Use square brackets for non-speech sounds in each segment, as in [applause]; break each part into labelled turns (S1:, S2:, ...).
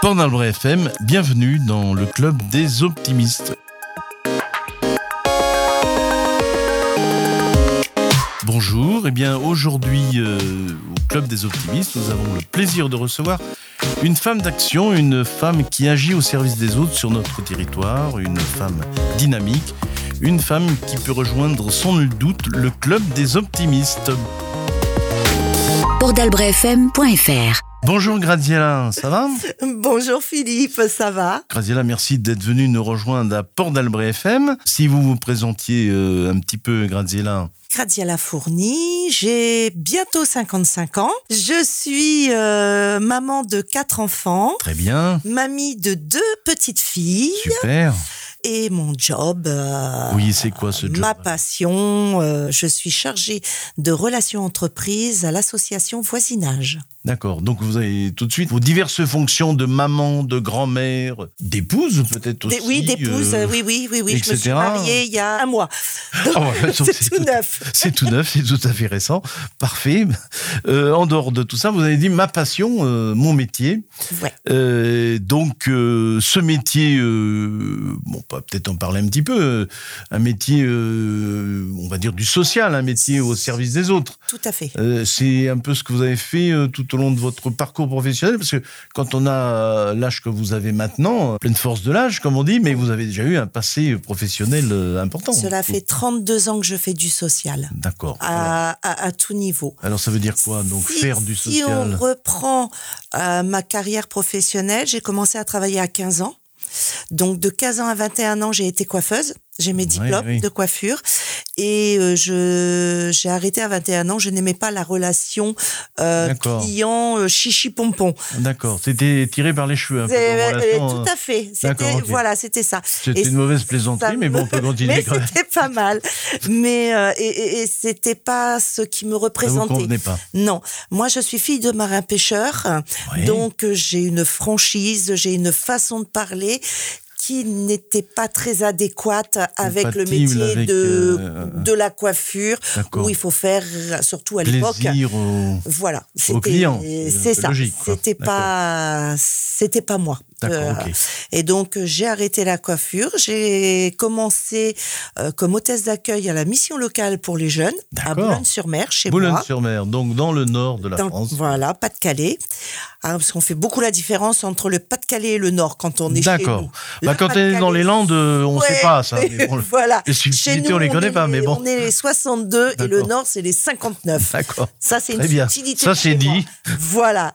S1: Encore dans le vrai FM, bienvenue dans le club des optimistes. Bonjour, et bien aujourd'hui euh, au Club des Optimistes, nous avons le plaisir de recevoir une femme d'action, une femme qui agit au service des autres sur notre territoire, une femme dynamique, une femme qui peut rejoindre sans nul doute le Club des Optimistes.
S2: Bordalbrefm.fr
S1: Bonjour Graziella, ça va
S3: Bonjour Philippe, ça va
S1: Graziella, merci d'être venue nous rejoindre à Port d'Albret FM. Si vous vous présentiez euh, un petit peu, Graziella.
S3: Gradiala Fourni, j'ai bientôt 55 ans. Je suis euh, maman de quatre enfants,
S1: Très bien,
S3: mamie de deux petites filles
S1: super.
S3: et mon job, euh,
S1: Oui, c'est hein. quoi ce job
S3: ma passion, euh, je suis chargée de relations entreprises à l'association Voisinage.
S1: D'accord, donc vous avez tout de suite vos diverses fonctions de maman, de grand-mère, d'épouse peut-être aussi.
S3: Des- oui, d'épouse,
S1: euh,
S3: euh, oui, oui, oui, oui, je me suis
S1: etc..
S3: mariée il y a un mois. Donc,
S1: [laughs] Ah ouais, donc
S3: c'est tout neuf.
S1: C'est tout neuf, c'est tout à fait récent. Parfait. Euh, en dehors de tout ça, vous avez dit ma passion, euh, mon métier.
S3: Ouais.
S1: Euh, donc, euh, ce métier, euh, bon, pas- peut-être en parler un petit peu, euh, un métier, euh, on va dire, du social, un métier au service des autres.
S3: Tout à fait.
S1: Euh, c'est un peu ce que vous avez fait euh, tout au long de votre parcours professionnel, parce que quand on a l'âge que vous avez maintenant, euh, pleine force de l'âge, comme on dit, mais vous avez déjà eu un passé professionnel euh, important.
S3: Cela fait 32 ans que je fais du social.
S1: D'accord. Alors,
S3: à, à- à tout niveau.
S1: alors, ça veut dire quoi Donc,
S3: Si-
S1: faire du
S3: Si on
S1: social
S3: reprend euh, ma carrière professionnelle, j'ai commencé à travailler à 15 ans. Donc de 15 ans à 21 ans, j'ai été coiffeuse. J'ai mes
S1: Ouais,
S3: diplômes
S1: oui.
S3: de coiffure et euh, je j'ai arrêté à 21 ans. Je n'aimais pas la relation euh,
S1: D'accord.
S3: client euh, chichi pompon.
S1: Ah, D'accord. C'était tiré par les cheveux un peu.
S3: C'est-
S1: dans
S3: euh,
S1: relation,
S3: tout
S1: hein.
S3: à fait. C'était
S1: D'accord, ok.
S3: voilà, c'était ça.
S1: C'était
S3: et
S1: une mauvaise
S3: ça
S1: plaisanterie, mais bon, on peut
S3: [laughs] Mais
S1: continuer quand même.
S3: c'était pas mal. Mais euh, et, et- et c'était pas ce qui me
S1: Ça vous
S3: représentait.
S1: convenait pas.
S3: Non, moi je suis fille de marin pêcheur,
S1: Ouais.
S3: donc euh, j'ai une franchise, j'ai une façon de parler qui n'était pas très adéquate avec le
S1: Compatible
S3: métier
S1: avec,
S3: de,
S1: euh,
S3: de la coiffure,
S1: D'accord.
S3: où il faut faire, surtout à l'époque,
S1: Plaisir au-
S3: voilà,
S1: client,
S3: c'était
S1: un peu
S3: c'est ça,
S1: logique, quoi.
S3: c'était pas c'était pas moi.
S1: D'accord,
S3: Euh,
S1: ok.
S3: Et donc euh, j'ai arrêté la coiffure, j'ai commencé euh, comme hôtesse d'accueil à la mission locale pour les jeunes à
S1: D'accord.
S3: Boulogne-sur-Mer chez moi.
S1: Boulogne-sur-Mer, donc dans le nord de la
S3: Dans-
S1: France.
S3: Voilà, Pas-de-Calais. Ah, parce qu'on fait beaucoup la différence entre le Pas-de-Calais et le Nord quand on est chez nous.
S1: D'accord. Bah,
S3: Le
S1: quand on est dans
S3: Pas-de-Calais,
S1: les Landes, euh, on ne
S3: ouais,
S1: sait pas
S3: [laughs]
S1: ça. mais bon, le-
S3: voilà.
S1: les
S3: Chez
S1: subtilités,
S3: nous,
S1: on les
S3: on
S1: connaît
S3: est
S1: pas, mais
S3: les-
S1: bon.
S3: On est les 62 et le
S1: D'accord.
S3: Nord, c'est les
S1: [laughs]
S3: 59.
S1: D'accord.
S3: Ça, c'est une
S1: Très bien.
S3: subtilité.
S1: Ça,
S3: de
S1: c'est
S3: chez moi.
S1: dit.
S3: Voilà.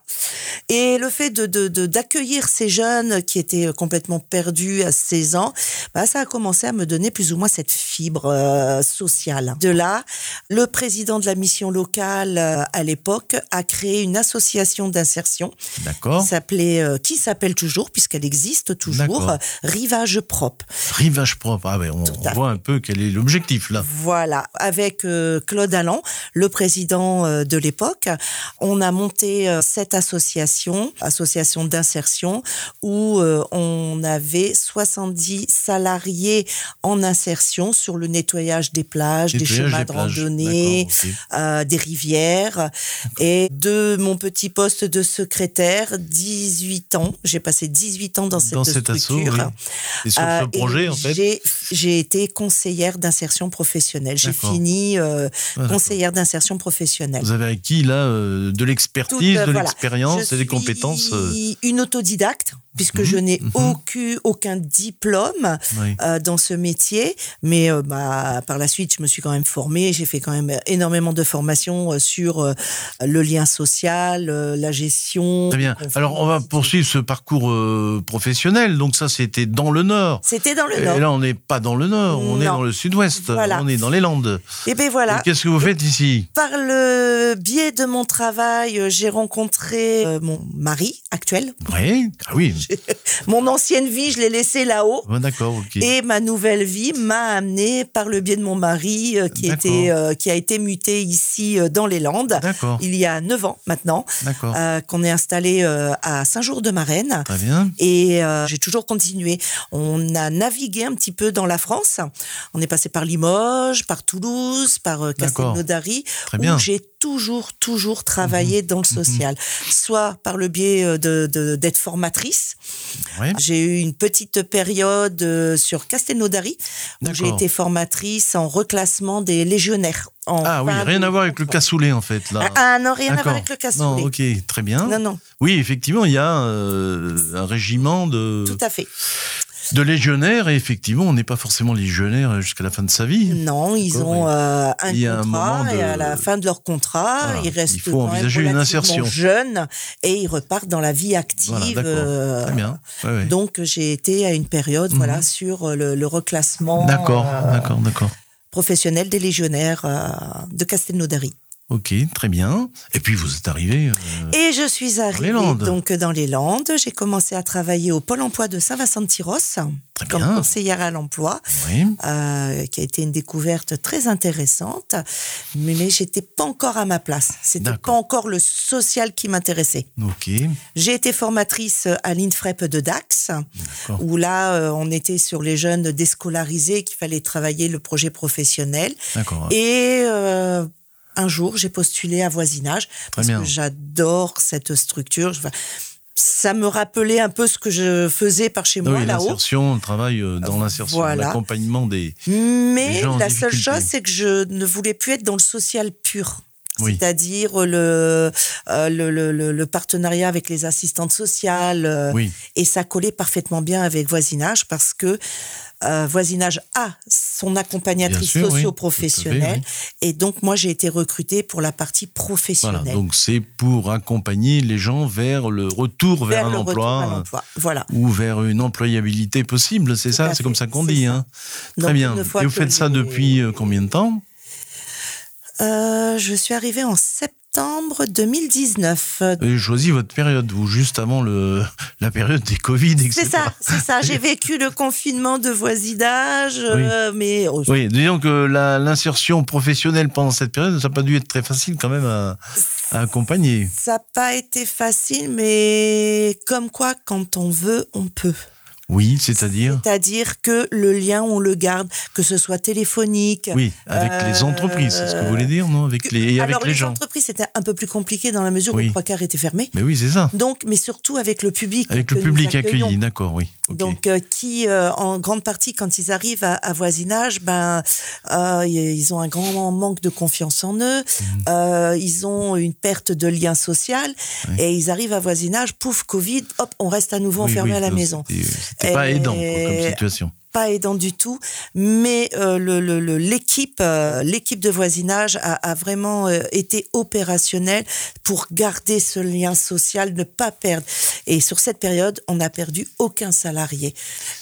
S3: Et le fait de- de- de- d'accueillir ces jeunes qui étaient complètement perdus à 16 ans, bah, ça a commencé à me donner plus ou moins cette fibre euh, sociale. De là, le président de la mission locale euh, à l'époque a créé une association d'insertion
S1: D'accord.
S3: qui s'appelait, euh, qui s'appelle toujours, puisqu'elle existe toujours,
S1: D'accord.
S3: euh, Rivage Propre.
S1: Rivage propre. Ah, ben, on,
S3: Tout à
S1: voit un peu quel est l'objectif là.
S3: Voilà, avec euh, Claude Allan, le président euh, de l'époque, on a monté euh, cette association, association d'insertion, où euh, on avait 70 salariés en insertion sur le nettoyage des plages, des
S1: Nettoyage
S3: chemins
S1: des
S3: de
S1: plages.
S3: randonnée,
S1: D'accord, ok.
S3: euh, des rivières. Et de mon petit poste de secrétaire, 18 ans, j'ai passé 18 ans dans cette
S1: Dans cet assaut.
S3: structure.
S1: Et sur
S3: Euh,
S1: ce projet,
S3: et
S1: en fait.
S3: j'ai- J'ai été conseillère d'insertion professionnelle. J'ai
S1: D'accord. Ah,
S3: fini euh,
S1: d'accord.
S3: conseillère d'insertion professionnelle.
S1: Vous avez acquis là euh, de
S3: Toute,
S1: l'expertise,
S3: euh,
S1: de
S3: voilà.
S1: l'expérience
S3: Je
S1: et des
S3: suis
S1: compétences. euh, Mhm,
S3: Une autodidacte, puisque je n'ai aucun, aucun diplôme
S1: oui.
S3: euh, dans ce métier, mais euh, bah, par la suite, je me suis quand même formée. J'ai fait quand même énormément de formations euh, sur euh, le lien social, euh, la gestion.
S1: Très bien. Alors, on va poursuivre ce parcours euh, professionnel. Donc, ça, c'était dans le Nord.
S3: C'était dans le
S1: Et
S3: Nord.
S1: là, on n'est pas dans le Nord, on est
S3: Non.
S1: dans le Sud-Ouest,
S3: Voilà.
S1: on est dans les Landes.
S3: Et ben voilà.
S1: Et Qu'est-ce que vous faites ici
S3: Par le biais de mon travail, euh, j'ai rencontré euh, mon mari actuel.
S1: Oui, ah oui,
S3: Mon ancienne vie, je l'ai laissée là-haut.
S1: Bon, d'accord, ok.
S3: Et ma nouvelle vie m'a amenée par le biais de mon mari euh, qui,
S1: D'accord.
S3: était, euh, qui a été muté ici euh, dans les Landes
S1: D'accord,
S3: il y a 9 ans maintenant,
S1: d'accord,
S3: euh, qu'on est installé euh, à Saint-Jour-de-Marraine.
S1: très bien.
S3: Et euh, j'ai toujours continué. On a navigué un petit peu dans la France. On est passé par Limoges, par Toulouse, par euh,
S1: D'accord.
S3: Castelnaudary,
S1: Très bien. Mhm.
S3: où j'ai toujours, toujours travaillé dans le social, soit par le biais euh, de de- d'être formatrice.
S1: Ouais.
S3: J'ai eu une petite période euh, sur Castelnaudary où j'ai
S1: D'accord.
S3: été formatrice en reclassement des légionnaires. en
S1: Ah oui,
S3: fin
S1: rien
S3: de-
S1: à voir avec le cassoulet en fait là.
S3: Ah, ah, non, rien à
S1: D'accord.
S3: voir avec le
S1: Non,
S3: cassoulet.
S1: ok, hein. très bien.
S3: Non, non,
S1: Oui, effectivement, il y a euh, un régiment de,
S3: tout à fait.
S1: de légionnaires et effectivement, on n'est pas forcément légionnaire jusqu'à la fin de sa vie.
S3: Non, ils
S1: D'accord,
S3: ont
S1: oui.
S3: euh, un
S1: Il y a un
S3: contrat
S1: moment de-
S3: et à la fin de leur contrat,
S1: Voilà,
S3: ils restent
S1: il faut
S3: quand même
S1: envisager une
S3: relativement
S1: insertion.
S3: jeunes et ils repartent dans la vie active.
S1: Voilà, d'accord.
S3: euh,
S1: Très bien. Ouais, ouais.
S3: donc j'ai été à une période voilà sur euh, le, le reclassement
S1: Mhm. D'accord,
S3: euh,
S1: d'accord, d'accord.
S3: professionnel des légionnaires euh, de Castelnaudary.
S1: Ok, très bien. Et puis vous êtes arrivé. euh,
S3: Et je suis arrivée
S1: Landes.
S3: donc dans les Landes. J'ai commencé à travailler au Pôle emploi de Saint-Vincent-de-Tyrosse
S1: Très
S3: comme
S1: bien.
S3: conseillère à l'emploi.
S1: oui.
S3: euh, qui a été une découverte très intéressante, mais, mais j'étais pas encore à ma place. C'était pas
S1: D'accord.
S3: encore le social qui m'intéressait.
S1: Ok.
S3: J'ai été formatrice à l'INFREP de Dax,
S1: D'accord.
S3: où là, euh, on était sur les jeunes déscolarisés qu'il fallait travailler le projet professionnel.
S1: D'accord.
S3: Et euh, un jour, j'ai postulé à voisinage parce
S1: bien.
S3: que j'adore cette structure. Enfin, ça me rappelait un peu ce que je faisais par chez
S1: Ah
S3: moi
S1: oui,
S3: là-haut.
S1: l'insertion, le travail euh, dans l'insertion,
S3: Voilà.
S1: l'accompagnement des. Les
S3: Mais
S1: gens en
S3: la seule
S1: difficulté.
S3: chose, c'est que je ne voulais plus être dans le social pur.
S1: Oui.
S3: C'est-à-dire le, euh, le, le- le- le partenariat avec les assistantes sociales. euh,
S1: Oui.
S3: Et ça collait parfaitement bien avec Voisinage parce que euh, Voisinage a son accompagnatrice
S1: Bien sûr, oui.
S3: socio-professionnelle.
S1: Tout
S3: Et donc, moi, j'ai été recrutée pour la partie
S1: Voilà.
S3: professionnelle.
S1: Donc c'est pour accompagner les gens vers le retour vers,
S3: le
S1: un
S3: retour à
S1: emploi. euh,
S3: l'emploi. Voilà.
S1: ou vers une employabilité possible, c'est
S3: Tout à
S1: ça C'est comme
S3: fait,
S1: ça qu'on
S3: c'est
S1: dit.
S3: ça.
S1: Hein.
S3: Donc,
S1: Très bien.
S3: une fois
S1: Et vous
S3: que
S1: faites ça
S3: les-
S1: depuis euh, combien de temps
S3: Euh, Je suis arrivée en septembre 2019. euh,
S1: Vous avez choisi votre période, vous, juste avant le, [laughs] la période des Covid, etc.
S3: C'est ça, c'est ça. J'ai vécu le confinement de voisinage, euh, mais oh,
S1: Oui, disons que la- l'insertion professionnelle pendant cette période, ça n'a pas dû être très facile quand même à, à accompagner.
S3: ça n'a pas été facile, mais comme quoi, quand on veut, on peut.
S1: Oui, c'est-à-dire
S3: C'est-à-dire que le lien, on le garde, que ce soit téléphonique.
S1: Oui, avec les
S3: Euh,
S1: entreprises, c'est ce que vous voulez dire, non Avec les, et avec
S3: Alors,
S1: les gens.
S3: entreprises, c'était un peu plus compliqué dans la mesure où
S1: Oui.
S3: trois quarts étaient fermés.
S1: Mais oui, c'est ça.
S3: Donc, mais surtout avec le public.
S1: Avec
S3: que
S1: le
S3: nous
S1: public
S3: accueillons.
S1: accueilli, d'accord, oui. ok.
S3: Donc, euh, qui, euh, en grande partie, quand ils arrivent à, à voisinage, ben, euh, y- ils ont un grand manque de confiance en eux,
S1: Mhm.
S3: euh, ils ont une perte de lien social,
S1: Oui.
S3: et ils arrivent à voisinage, pouf, Covid, hop, on reste à nouveau
S1: Oui,
S3: enfermé
S1: oui,
S3: à la
S1: donc
S3: maison.
S1: c'était- C'était pas
S3: Et-
S1: aidant quoi, comme situation.
S3: Pas aidant du tout, mais euh, le- le- le- l'équipe euh, l'équipe de voisinage a, a vraiment euh, été opérationnelle pour garder ce lien social, ne pas perdre. Et sur cette période, on n'a perdu aucun salarié.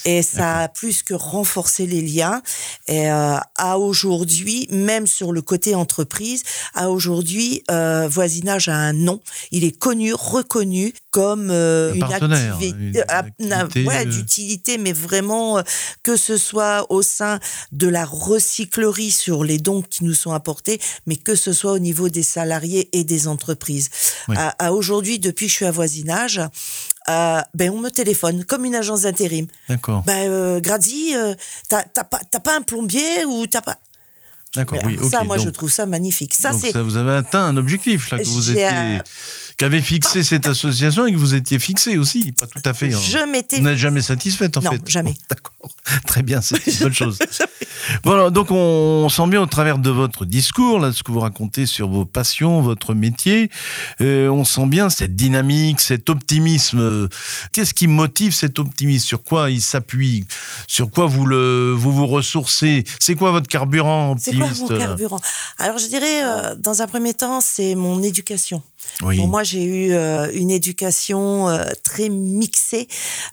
S3: Et ça a plus que renforcé les liens. Et euh, à aujourd'hui, même sur le côté entreprise, à aujourd'hui, euh, voisinage a un nom. Il est connu, reconnu comme euh,
S1: Un
S3: une,
S1: partenaire,
S3: activi-
S1: une
S3: euh, ap- na-
S1: activité,
S3: voilà,
S1: euh,
S3: d'utilité, mais vraiment euh, que ce soit au sein de la recyclerie sur les dons qui nous sont apportés, mais que ce soit au niveau des salariés et des entreprises.
S1: Oui.
S3: À, à aujourd'hui, depuis que je suis à voisinage, euh, ben on me téléphone comme une agence d'intérim.
S1: D'accord.
S3: Ben, euh, Grady, euh, t'as t'as pas, t'as pas un plombier ou t'as pas.
S1: D'accord,
S3: Mais
S1: Ah oui,
S3: alors
S1: ok.
S3: ça, moi,
S1: donc,
S3: je trouve ça magnifique. Ça,
S1: donc
S3: c'est.
S1: ça, vous avez atteint un objectif là, que vous
S3: J'ai,
S1: étiez,
S3: euh,
S1: qu'avait fixé cette association et que vous étiez fixé aussi, pas tout à fait. hein.
S3: Je m'étais.
S1: Vous n'êtes jamais satisfaite en
S3: Non,
S1: fait.
S3: jamais.
S1: D'accord. [laughs] Très bien, c'est une bonne
S3: [laughs]
S1: chose. Voilà, donc on, sent bien au travers de votre discours, là, ce que vous racontez sur vos passions, votre métier, euh, on sent bien cette dynamique, cet optimisme. Qu'est-ce qui motive cet optimisme Sur quoi il s'appuie Sur quoi vous le, vous, vous ressourcez C'est quoi votre carburant
S3: C'est quoi
S1: optimiste
S3: mon
S1: là
S3: carburant Alors, je dirais, euh, dans un premier temps, c'est mon éducation.
S1: Oui.
S3: Pour moi, j'ai eu euh, une éducation euh, très mixée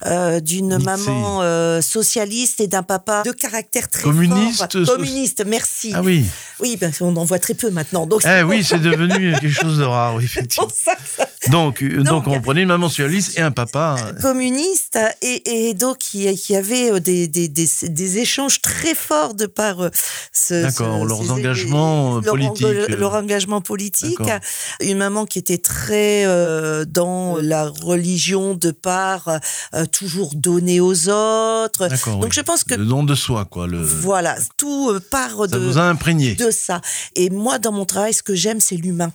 S3: euh, d'une
S1: Mixée.
S3: maman euh, socialiste et d'un papa de caractère très
S1: Communiste,
S3: fort.
S1: so-
S3: Communiste, merci.
S1: Ah oui.
S3: Oui, parce qu'on en voit très peu maintenant. Donc,
S1: Eh oui, c'est
S3: [laughs]
S1: devenu quelque chose de rare, oui, effectivement.
S3: pour ça que ça-
S1: Donc, euh, donc,
S3: Donc,
S1: on prenait une maman socialiste et un papa.
S3: communiste et, et donc qui, qui avait euh, des, des, des, des échanges très forts de par euh, ce,
S1: D'accord,
S3: ce-
S1: leurs
S3: ces-
S1: engagements, euh,
S3: leur enga-
S1: politiques, euh.
S3: leur engagement politique.
S1: D'accord.
S3: Une maman qui était très euh, dans la religion de par euh, toujours donner aux autres.
S1: D'accord.
S3: Donc
S1: oui.
S3: je pense que
S1: le don de soi, quoi. Le...
S3: voilà, tout euh, part
S1: Ça
S3: de
S1: vous a imprégné.
S3: de que ça. Et moi, dans mon travail, ce que j'aime, c'est l'humain.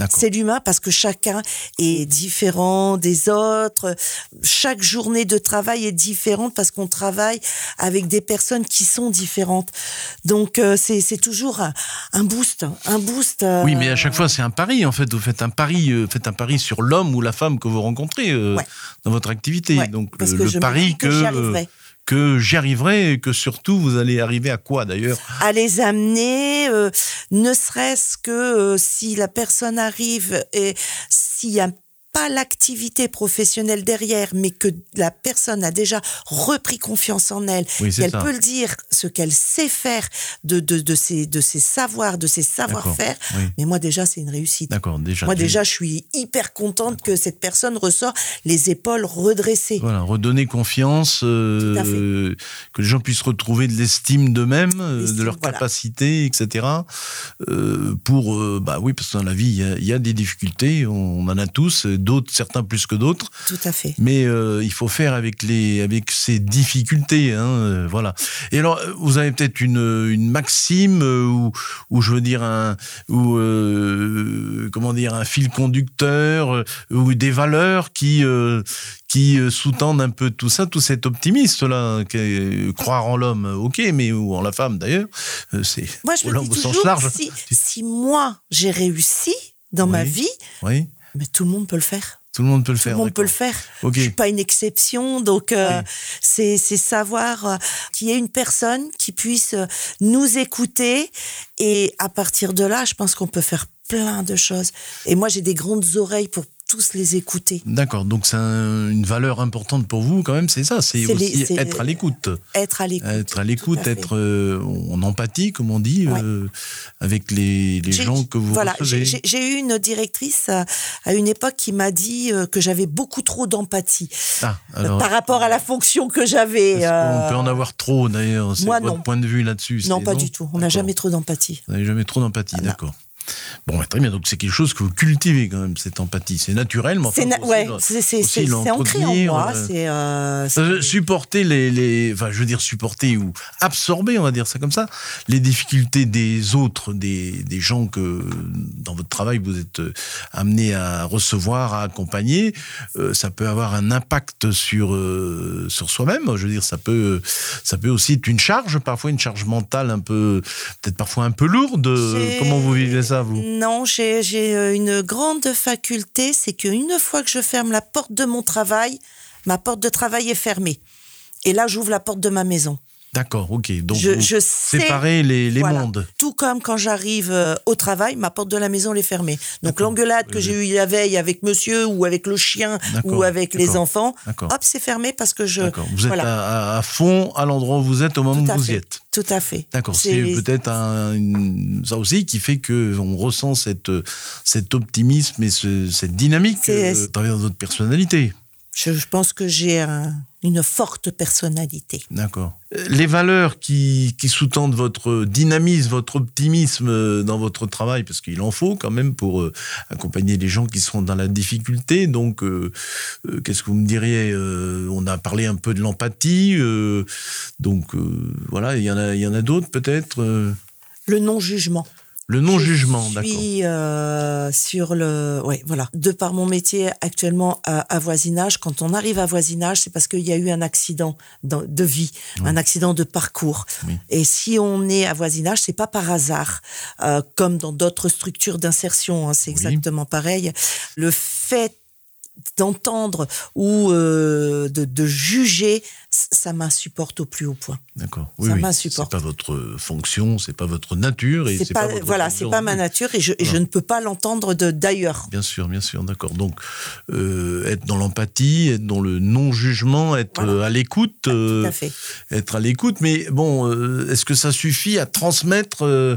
S1: D'accord.
S3: C'est l'humain parce que chacun est différent des autres. Chaque journée de travail est différente parce qu'on travaille avec des personnes qui sont différentes. Donc euh, c'est c'est toujours un, un boost, un boost. euh,
S1: Oui, mais à chaque fois, c'est un pari, en fait. Vous faites un pari, euh, faites un pari sur l'homme ou la femme que vous rencontrez euh,
S3: Ouais.
S1: dans votre activité.
S3: Ouais,
S1: Donc,
S3: parce
S1: le,
S3: que
S1: le
S3: je me dis
S1: pari
S3: que
S1: que,
S3: j'y
S1: euh,
S3: arriverai.
S1: que j'y arriverai et que surtout, vous allez arriver à quoi, d'ailleurs
S3: à les amener, euh, ne serait-ce que euh, si la personne arrive et s'il n'y a pas l'activité professionnelle derrière, mais que la personne a déjà repris confiance en elle,
S1: Oui, c'est
S3: qu'elle
S1: ça.
S3: peut le dire, ce qu'elle sait faire de, de, de, ses, de ses savoirs, de ses savoir-faire.
S1: D'accord, oui.
S3: Mais moi déjà, c'est une réussite.
S1: D'accord, déjà.
S3: Moi
S1: tu-
S3: déjà, je suis hyper contente que cette personne ressort les épaules redressées.
S1: Voilà, redonner confiance, euh,
S3: Tout à fait.
S1: euh, que les gens puissent retrouver de l'estime d'eux-mêmes, euh, de
S3: L'estime,
S1: leur
S3: voilà.
S1: capacité, etc. Euh, pour, euh, bah oui, parce que dans la vie, il y a- il y, a des difficultés, on en a tous, euh, d'autres, certains plus que d'autres.
S3: Tout à fait.
S1: Mais euh, il faut faire avec les avec ces difficultés, hein, euh, voilà. Et alors, euh, vous avez peut-être une, une maxime euh, ou ou je veux dire un ou euh, comment dire un fil conducteur euh, ou des valeurs qui euh, qui euh, sous-tendent un peu tout ça, tout cet optimisme là, hein, qui est- croire en l'homme, euh, ok, mais ou en la femme d'ailleurs, euh, c'est
S3: Moi, je
S1: Ou
S3: me
S1: l'homme
S3: dis
S1: au sens
S3: toujours,
S1: large.
S3: si, si moi, j'ai réussi dans ma
S1: Oui.
S3: vie,
S1: oui,
S3: Mais tout le monde peut le faire.
S1: tout le monde peut le
S3: Tout
S1: faire.
S3: le monde peut le
S1: d'accord.
S3: faire.
S1: Ok.
S3: Je suis pas une exception, donc euh,
S1: Oui.
S3: c'est c'est savoir euh, qu'il y ait une personne qui puisse euh, nous écouter et à partir de là, je pense qu'on peut faire plein de choses. Et moi, j'ai des grandes oreilles pour tous les écouter,
S1: D'accord, donc c'est un- une valeur importante pour vous quand même, c'est ça, c'est
S3: C'est les-
S1: aussi
S3: c'est-
S1: être à l'écoute.
S3: être à l'écoute.
S1: Être à l'écoute,
S3: tout à
S1: être euh, en empathie, comme on dit,
S3: Ouais.
S1: euh, avec les, les
S3: J'ai-
S1: gens que vous
S3: voilà,
S1: recevez.
S3: j'ai- j'ai- J'ai eu une directrice à, à une époque qui m'a dit euh, que j'avais beaucoup trop d'empathie
S1: Ah,
S3: euh,
S1: alors,
S3: par rapport à la fonction que j'avais.
S1: est-ce qu'on
S3: euh,
S1: peut en avoir trop d'ailleurs C'est
S3: moi,
S1: votre
S3: non.
S1: point de vue là-dessus
S3: non,
S1: c'est-
S3: pas du tout. On n'a
S1: D'accord.
S3: jamais trop d'empathie.
S1: Vous n'avez jamais trop d'empathie,
S3: Voilà.
S1: d'accord. Bon, bah, très bien, donc c'est quelque chose que vous cultivez quand même, cette empathie. C'est naturel, mais enfin,
S3: C'est na-
S1: faut aussi
S3: ouais,
S1: le-
S3: c'est c'est-
S1: aussi
S3: c'est- c'est ancré en
S1: l'entretenir,
S3: moi.
S1: euh,
S3: C'est euh, c'est-
S1: Euh, supporter les, les- enfin, je veux dire supporter ou absorber, on va dire ça comme ça, les difficultés des autres, des, des gens que dans votre travail vous êtes euh, amené à recevoir, à accompagner, euh, ça peut avoir un impact sur euh, sur soi-même. Je veux dire, ça peut ça peut aussi être une charge, parfois une charge mentale un peu, peut-être parfois un peu lourde.
S3: C'est-
S1: Comment vous vivez ça vous
S3: non, j'ai j'ai, euh, une grande faculté, c'est qu'une fois que je ferme la porte de mon travail, ma porte de travail est fermée. Et là, j'ouvre la porte de ma maison.
S1: D'accord, ok. Donc
S3: je,
S1: vous
S3: je sais.
S1: séparez les, les
S3: voilà.
S1: mondes.
S3: Tout comme quand j'arrive euh, au travail, ma porte de la maison elle est fermée. Donc
S1: D'accord.
S3: l'engueulade
S1: Oui,
S3: que j'ai eue la veille avec monsieur ou avec le chien ou
S1: D'accord,
S3: avec les
S1: d'accord,
S3: enfants,
S1: D'accord.
S3: hop, c'est fermé parce que je.
S1: D'accord. Vous êtes
S3: Euh, voilà.
S1: à, à- à fond à l'endroit où vous êtes au moment
S3: Tout à
S1: où vous
S3: fait.
S1: y êtes.
S3: Tout à fait.
S1: D'accord. C'est peut-être un- une- ça aussi qui fait que on ressent cette, euh, cet optimisme et ce- cette dynamique
S3: C'est-
S1: euh, à travers votre personnalité.
S3: Je, je pense que j'ai un- une forte personnalité.
S1: D'accord. Euh, Les valeurs qui, qui sous-tendent votre dynamisme, votre optimisme euh, dans votre travail, parce qu'il en faut quand même pour euh, accompagner les gens qui sont dans la difficulté. Donc, euh, euh, qu'est-ce que vous me diriez Euh, On a parlé un peu de l'empathie. euh, donc, euh, voilà, il y en a, il y en a d'autres peut-être. euh,
S3: Le non-jugement.
S1: le non-jugement,
S3: Je
S1: d'accord.
S3: suis euh, sur le. Ouais, voilà. De par mon métier actuellement à, à voisinage, quand on arrive à voisinage, c'est parce qu'il y a eu un accident dans- de vie, un accident de parcours.
S1: Oui.
S3: Et si on est à voisinage, c'est pas par hasard, euh, comme dans d'autres structures d'insertion. hein, c'est
S1: Oui.
S3: exactement pareil. Le fait d'entendre ou euh, de, de juger, c- ça m'insupporte au plus haut point.
S1: D'accord.
S3: Ça
S1: C'est
S3: m'insupporte.
S1: pas votre fonction, c'est pas votre nature. et
S3: c'est pas,
S1: votre
S3: voilà,
S1: fonction
S3: c'est pas
S1: non
S3: ma
S1: plus.
S3: nature et je, et je
S1: Voilà.
S3: ne peux pas l'entendre de- d'ailleurs.
S1: Bien sûr, bien sûr, d'accord. Donc, euh, être dans l'empathie, être dans le non-jugement, être
S3: Voilà. Ah,
S1: euh, à l'écoute, euh,
S3: Tout à fait.
S1: être à l'écoute. Mais bon, euh, est-ce que ça suffit à transmettre euh,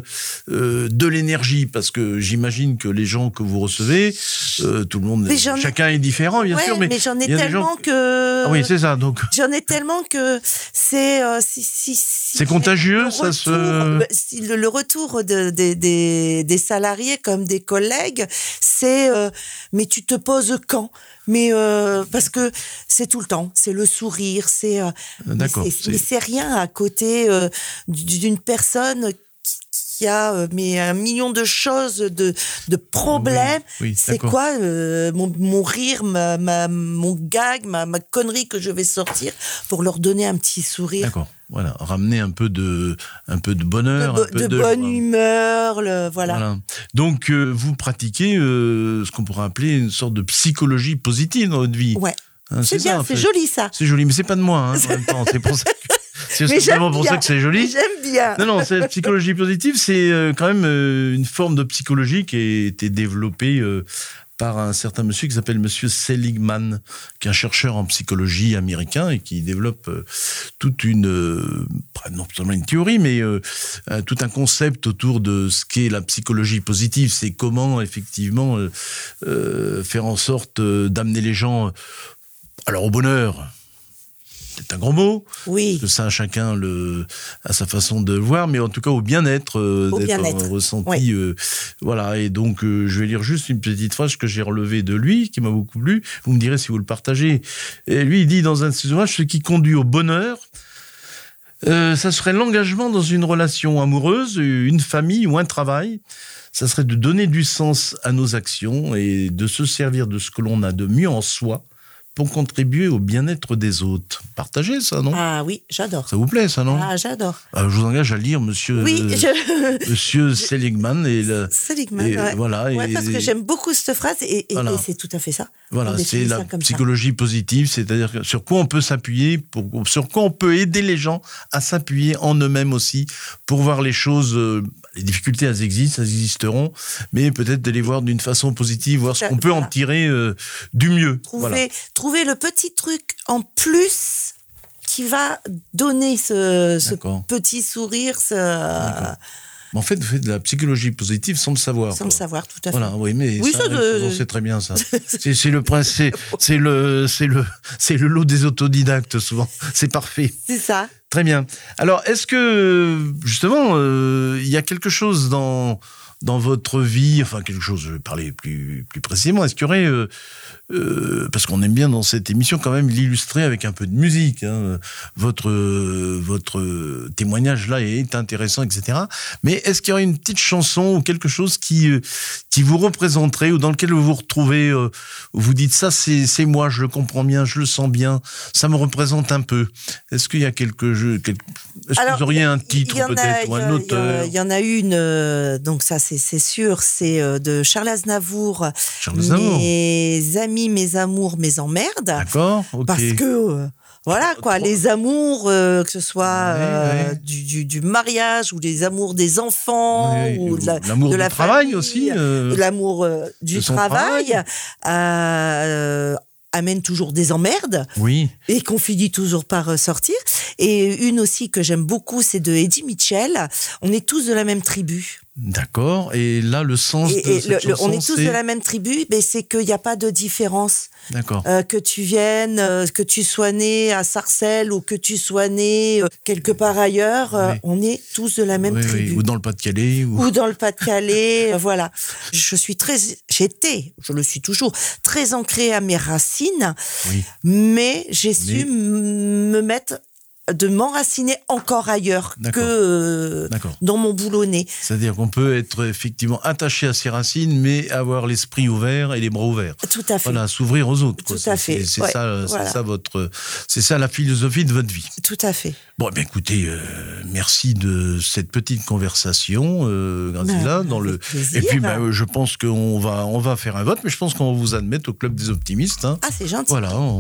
S1: euh, de l'énergie Parce que j'imagine que les gens que vous recevez, euh, tout le monde,
S3: Mais j'en ai-
S1: chacun est différent, bien
S3: Ouais,
S1: sûr. Mais,
S3: mais, j'en ai
S1: il y a des
S3: tellement
S1: gens-
S3: que.
S1: Ah oui, c'est ça. Donc,
S3: J'en ai tellement que c'est euh, si, si, si
S1: C'est contagieux,
S3: le
S1: ça se-
S3: retour- bah, si le, le retour de- des- des- des salariés comme des collègues, c'est euh, mais tu te poses quand Mais euh, parce que c'est tout le temps, c'est le sourire, c'est euh, [laughs] mais
S1: d'accord.
S3: c'est-
S1: c'est-
S3: mais c'est rien à côté euh, d'une personne qui, qui a euh, mais un million de choses, de, de problèmes.
S1: Oui, oui,
S3: c'est
S1: d'accord.
S3: quoi euh, mon, mon rire, ma, ma- mon gag, ma, ma connerie que je vais sortir pour leur donner un petit sourire
S1: D'accord. Voilà, ramener un peu de, un peu de bonheur,
S3: de,
S1: un peu
S3: de
S1: de,
S3: bonne humeur, le, voilà.
S1: Voilà. Donc, euh, vous pratiquez euh, ce qu'on pourrait appeler une sorte de psychologie positive dans votre vie.
S3: Ouais.
S1: Hein,
S3: C'est
S1: ça,
S3: bien,
S1: en
S3: c'est
S1: fait.
S3: joli ça.
S1: C'est joli, mais c'est pas de moi. hein, en même temps. C'est pour ça que-
S3: [laughs]
S1: c'est
S3: Mais
S1: simplement
S3: j'aime
S1: pour
S3: bien.
S1: ça que c'est joli.
S3: J'aime bien.
S1: Non, non, c'est la psychologie positive, c'est euh, quand même euh, une forme de psychologie qui a été développée euh, par un certain monsieur qui s'appelle Monsieur Seligman, qui est un chercheur en psychologie américain et qui développe euh, toute une, euh, pas non seulement une théorie, mais euh, euh, tout un concept autour de ce qu'est la psychologie positive. C'est comment effectivement euh, euh, faire en sorte euh, d'amener les gens, euh, alors au bonheur. C'est un grand mot,
S3: Oui.
S1: que ça, chacun le, à sa façon de le voir, mais en tout cas au bien-être, euh,
S3: Au
S1: d'être
S3: bien-être,
S1: euh, ressenti.
S3: oui.
S1: euh, voilà, et donc euh, je vais lire juste une petite phrase que j'ai relevée de lui, qui m'a beaucoup plu. Vous me direz si vous le partagez. Et lui, il dit dans un de ses ouvrages, ce qui conduit au bonheur, euh, ça serait l'engagement dans une relation amoureuse, une famille ou un travail. Ça serait de donner du sens à nos actions et de se servir de ce que l'on a de mieux en soi pour contribuer au bien-être des autres. Partagez ça, non
S3: Ah oui, j'adore.
S1: ça vous plaît, ça, non
S3: Ah, j'adore.
S1: Euh, Je vous engage à lire Monsieur,
S3: oui,
S1: euh,
S3: je... [laughs]
S1: monsieur Seligman. Et le-
S3: Seligman,
S1: et, euh,
S3: ouais.
S1: voilà,
S3: Ouais,
S1: et-
S3: parce que
S1: et-
S3: j'aime beaucoup cette phrase et, et-
S1: Voilà.
S3: et c'est tout à fait ça. On
S1: voilà,
S3: définit
S1: c'est la
S3: ça comme ça.
S1: psychologie positive, c'est-à-dire que sur quoi on peut s'appuyer, pour- sur quoi on peut aider les gens à s'appuyer en eux-mêmes aussi, pour voir les choses. euh, les difficultés, elles existent, elles existeront, mais peut-être de les voir d'une façon positive, voir ce
S3: Ça-
S1: qu'on peut en
S3: voilà.
S1: tirer euh, du mieux.
S3: Trouver,
S1: Voilà.
S3: trouver le petit truc en plus qui va donner ce, ce
S1: D'accord.
S3: petit sourire ce-
S1: Mais en fait, vous faites de la psychologie positive sans le savoir.
S3: sans
S1: quoi.
S3: le savoir tout à fait.
S1: Voilà, oui, mais
S3: Oui,
S1: ça
S3: ça,
S1: arrive
S3: euh,
S1: souvent, c'est très bien
S3: [laughs]
S1: ça. C'est c'est le prince, c'est c'est le c'est le c'est le lot des autodidactes souvent. C'est parfait,
S3: C'est ça.
S1: très bien. Alors, est-ce que justement, euh, il y a quelque chose dans dans votre vie, enfin quelque chose, je vais parler plus plus précisément. Est-ce qu'il y aurait euh, euh, parce qu'on aime bien dans cette émission quand même l'illustrer avec un peu de musique. hein. Votre euh, votre euh, témoignage là est intéressant, etc. Mais est-ce qu'il y aurait une petite chanson ou quelque chose qui euh, qui vous représenterait ou dans lequel vous vous retrouvez euh, où Vous dites ça, c'est c'est moi, je le comprends bien, je le sens bien, ça me représente un peu. Est-ce qu'il y a quelque jeu quel- Est-ce que
S3: Alors,
S1: vous auriez un
S3: Il y
S1: titre
S3: en a-
S1: peut-être ou
S3: il y
S1: un
S3: en-
S1: auteur
S3: Il y en a une, euh, donc ça c'est c'est sûr, c'est euh, de Charles Aznavour,
S1: Charles Aznavour.
S3: Mes amis, mes amours, mes emmerdes.
S1: D'accord, ok.
S3: Parce que, euh, voilà quoi,
S1: Trois.
S3: les amours, euh, que ce soit
S1: Ouais,
S3: euh,
S1: ouais.
S3: Du, du- du mariage ou les amours des enfants
S1: Oui,
S3: ou de la-
S1: l'amour
S3: de
S1: du
S3: la
S1: travail
S3: famille,
S1: aussi. euh,
S3: de l'amour euh, du
S1: de son
S3: travail, euh, amène toujours des emmerdes
S1: Oui,
S3: et qu'on finit toujours par euh, sortir. Et une aussi que j'aime beaucoup, c'est de Eddie Mitchell. On est tous de la même tribu.
S1: d'accord. Et là, le sens
S3: Et,
S1: de
S3: et
S1: cette
S3: le- le- on est
S1: chanson,
S3: tous de
S1: c'est-
S3: la même tribu, mais c'est qu'il n'y a pas de différence.
S1: D'accord.
S3: Euh, que tu viennes, euh, que tu sois né à Sarcelles ou que tu sois né euh, quelque part ailleurs, euh,
S1: Oui.
S3: on est tous de la même
S1: Oui, oui,
S3: tribu.
S1: Ou dans le Pas-de-Calais. Ou...
S3: Ou dans le Pas-de-Calais, euh, voilà. Je suis très, j'étais, je le suis toujours, très ancrée à mes racines,
S1: Oui.
S3: mais j'ai su
S1: Mais-
S3: m- me mettre, de m'enraciner encore ailleurs que
S1: D'accord.
S3: euh,
S1: D'accord.
S3: dans mon boulonnais.
S1: C'est-à-dire qu'on peut être effectivement attaché à ses racines, mais avoir l'esprit ouvert et les bras ouverts.
S3: Tout à fait,
S1: Voilà, s'ouvrir aux autres. quoi.
S3: Tout à
S1: C'est-
S3: fait,
S1: c'est- C'est
S3: ouais,
S1: ça, euh,
S3: voilà.
S1: c'est ça votre, c'est ça la philosophie de votre vie.
S3: tout à fait.
S1: Bon, eh bien, écoutez, euh, merci de cette petite conversation, euh, Graziella,
S3: Ben,
S1: dans le.
S3: avec plaisir.
S1: Et puis, ben, euh, je pense qu'on va, on va faire un vote, mais je pense qu'on va vous admettre au club des optimistes. hein.
S3: Ah, c'est gentil.
S1: Voilà. on-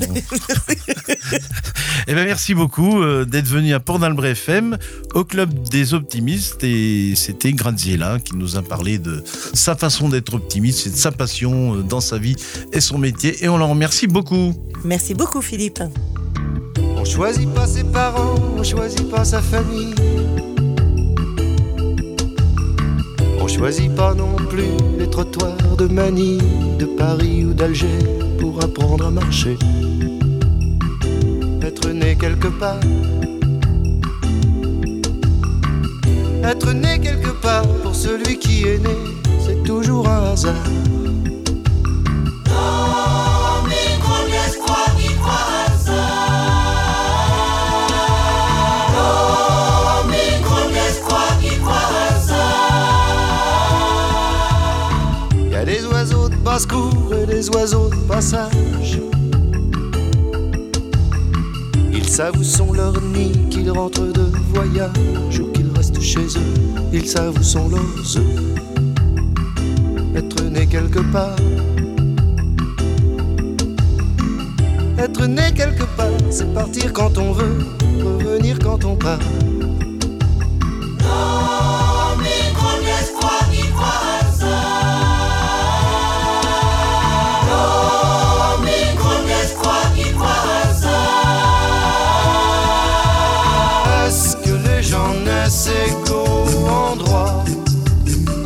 S1: eh ben, merci beaucoup euh, d'être venu à Port d'Albret FM au Club des Optimistes. Et c'était Graziella qui nous a parlé de sa façon d'être optimiste et de sa passion euh, dans sa vie et son métier. Et on l'en remercie beaucoup.
S3: Merci beaucoup, Philippe.
S4: On choisit pas ses parents, on choisit pas sa famille. On choisit pas non plus les trottoirs de Manille, de Paris ou d'Alger pour apprendre à marcher. Être né quelque part. Être né quelque part pour celui qui est né, c'est toujours un hasard.
S5: Croix qui croit à ça.
S4: passe court et des oiseaux de passage. Ils savent où sont leurs nids, qu'ils rentrent de voyage ou qu'ils restent chez eux. Ils savent où sont leurs œufs, être nés quelque part. Être né quelque part, c'est partir quand on veut, revenir quand on part. Est-ce que les gens naissent égaux en droit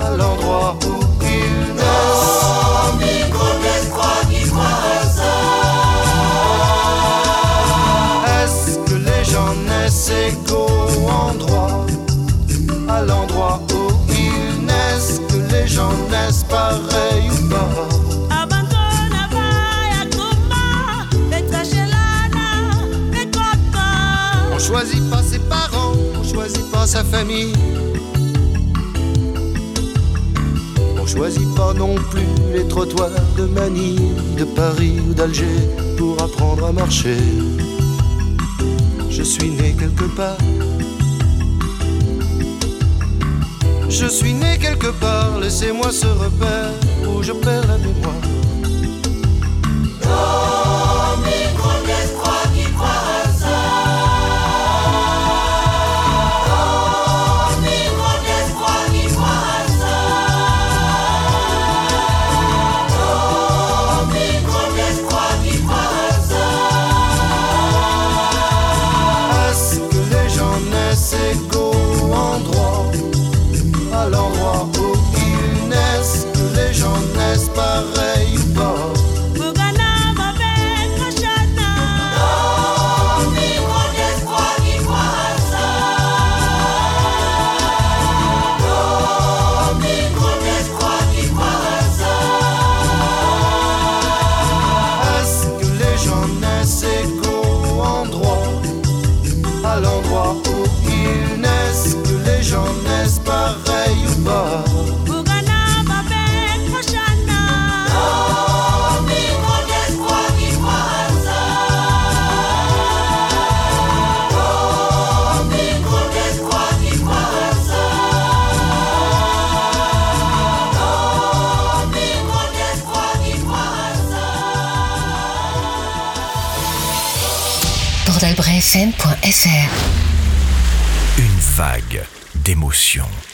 S4: à l'endroit où ils naissent Est-ce que les gens naissent égaux en droit à l'endroit où ils naissent Que les gens naissent pareil ou pas
S5: Abandona vai a Cuba, Petra Gelana, Pecopa.
S4: On choisit pas ses parents, on choisit pas sa famille. On choisit pas non plus les trottoirs de Manille, de Paris ou d'Alger pour apprendre à marcher. Je suis né quelque part. Je suis né quelque part, laissez-moi ce repère où je perds la mémoire. Est-ce que les gens naissent égaux en droit à l'endroit où ils naissent Que les gens naissent pareil ou pas
S5: Bogana, Babé, Kachana.
S4: Est-ce que les gens naissent égaux en droit à l'endroit où ils naissent Que les gens naissent pareil ou pas
S5: Bogana, Babé, Kachana.
S6: portalbrefm.fr
S7: Une vague d'émotions.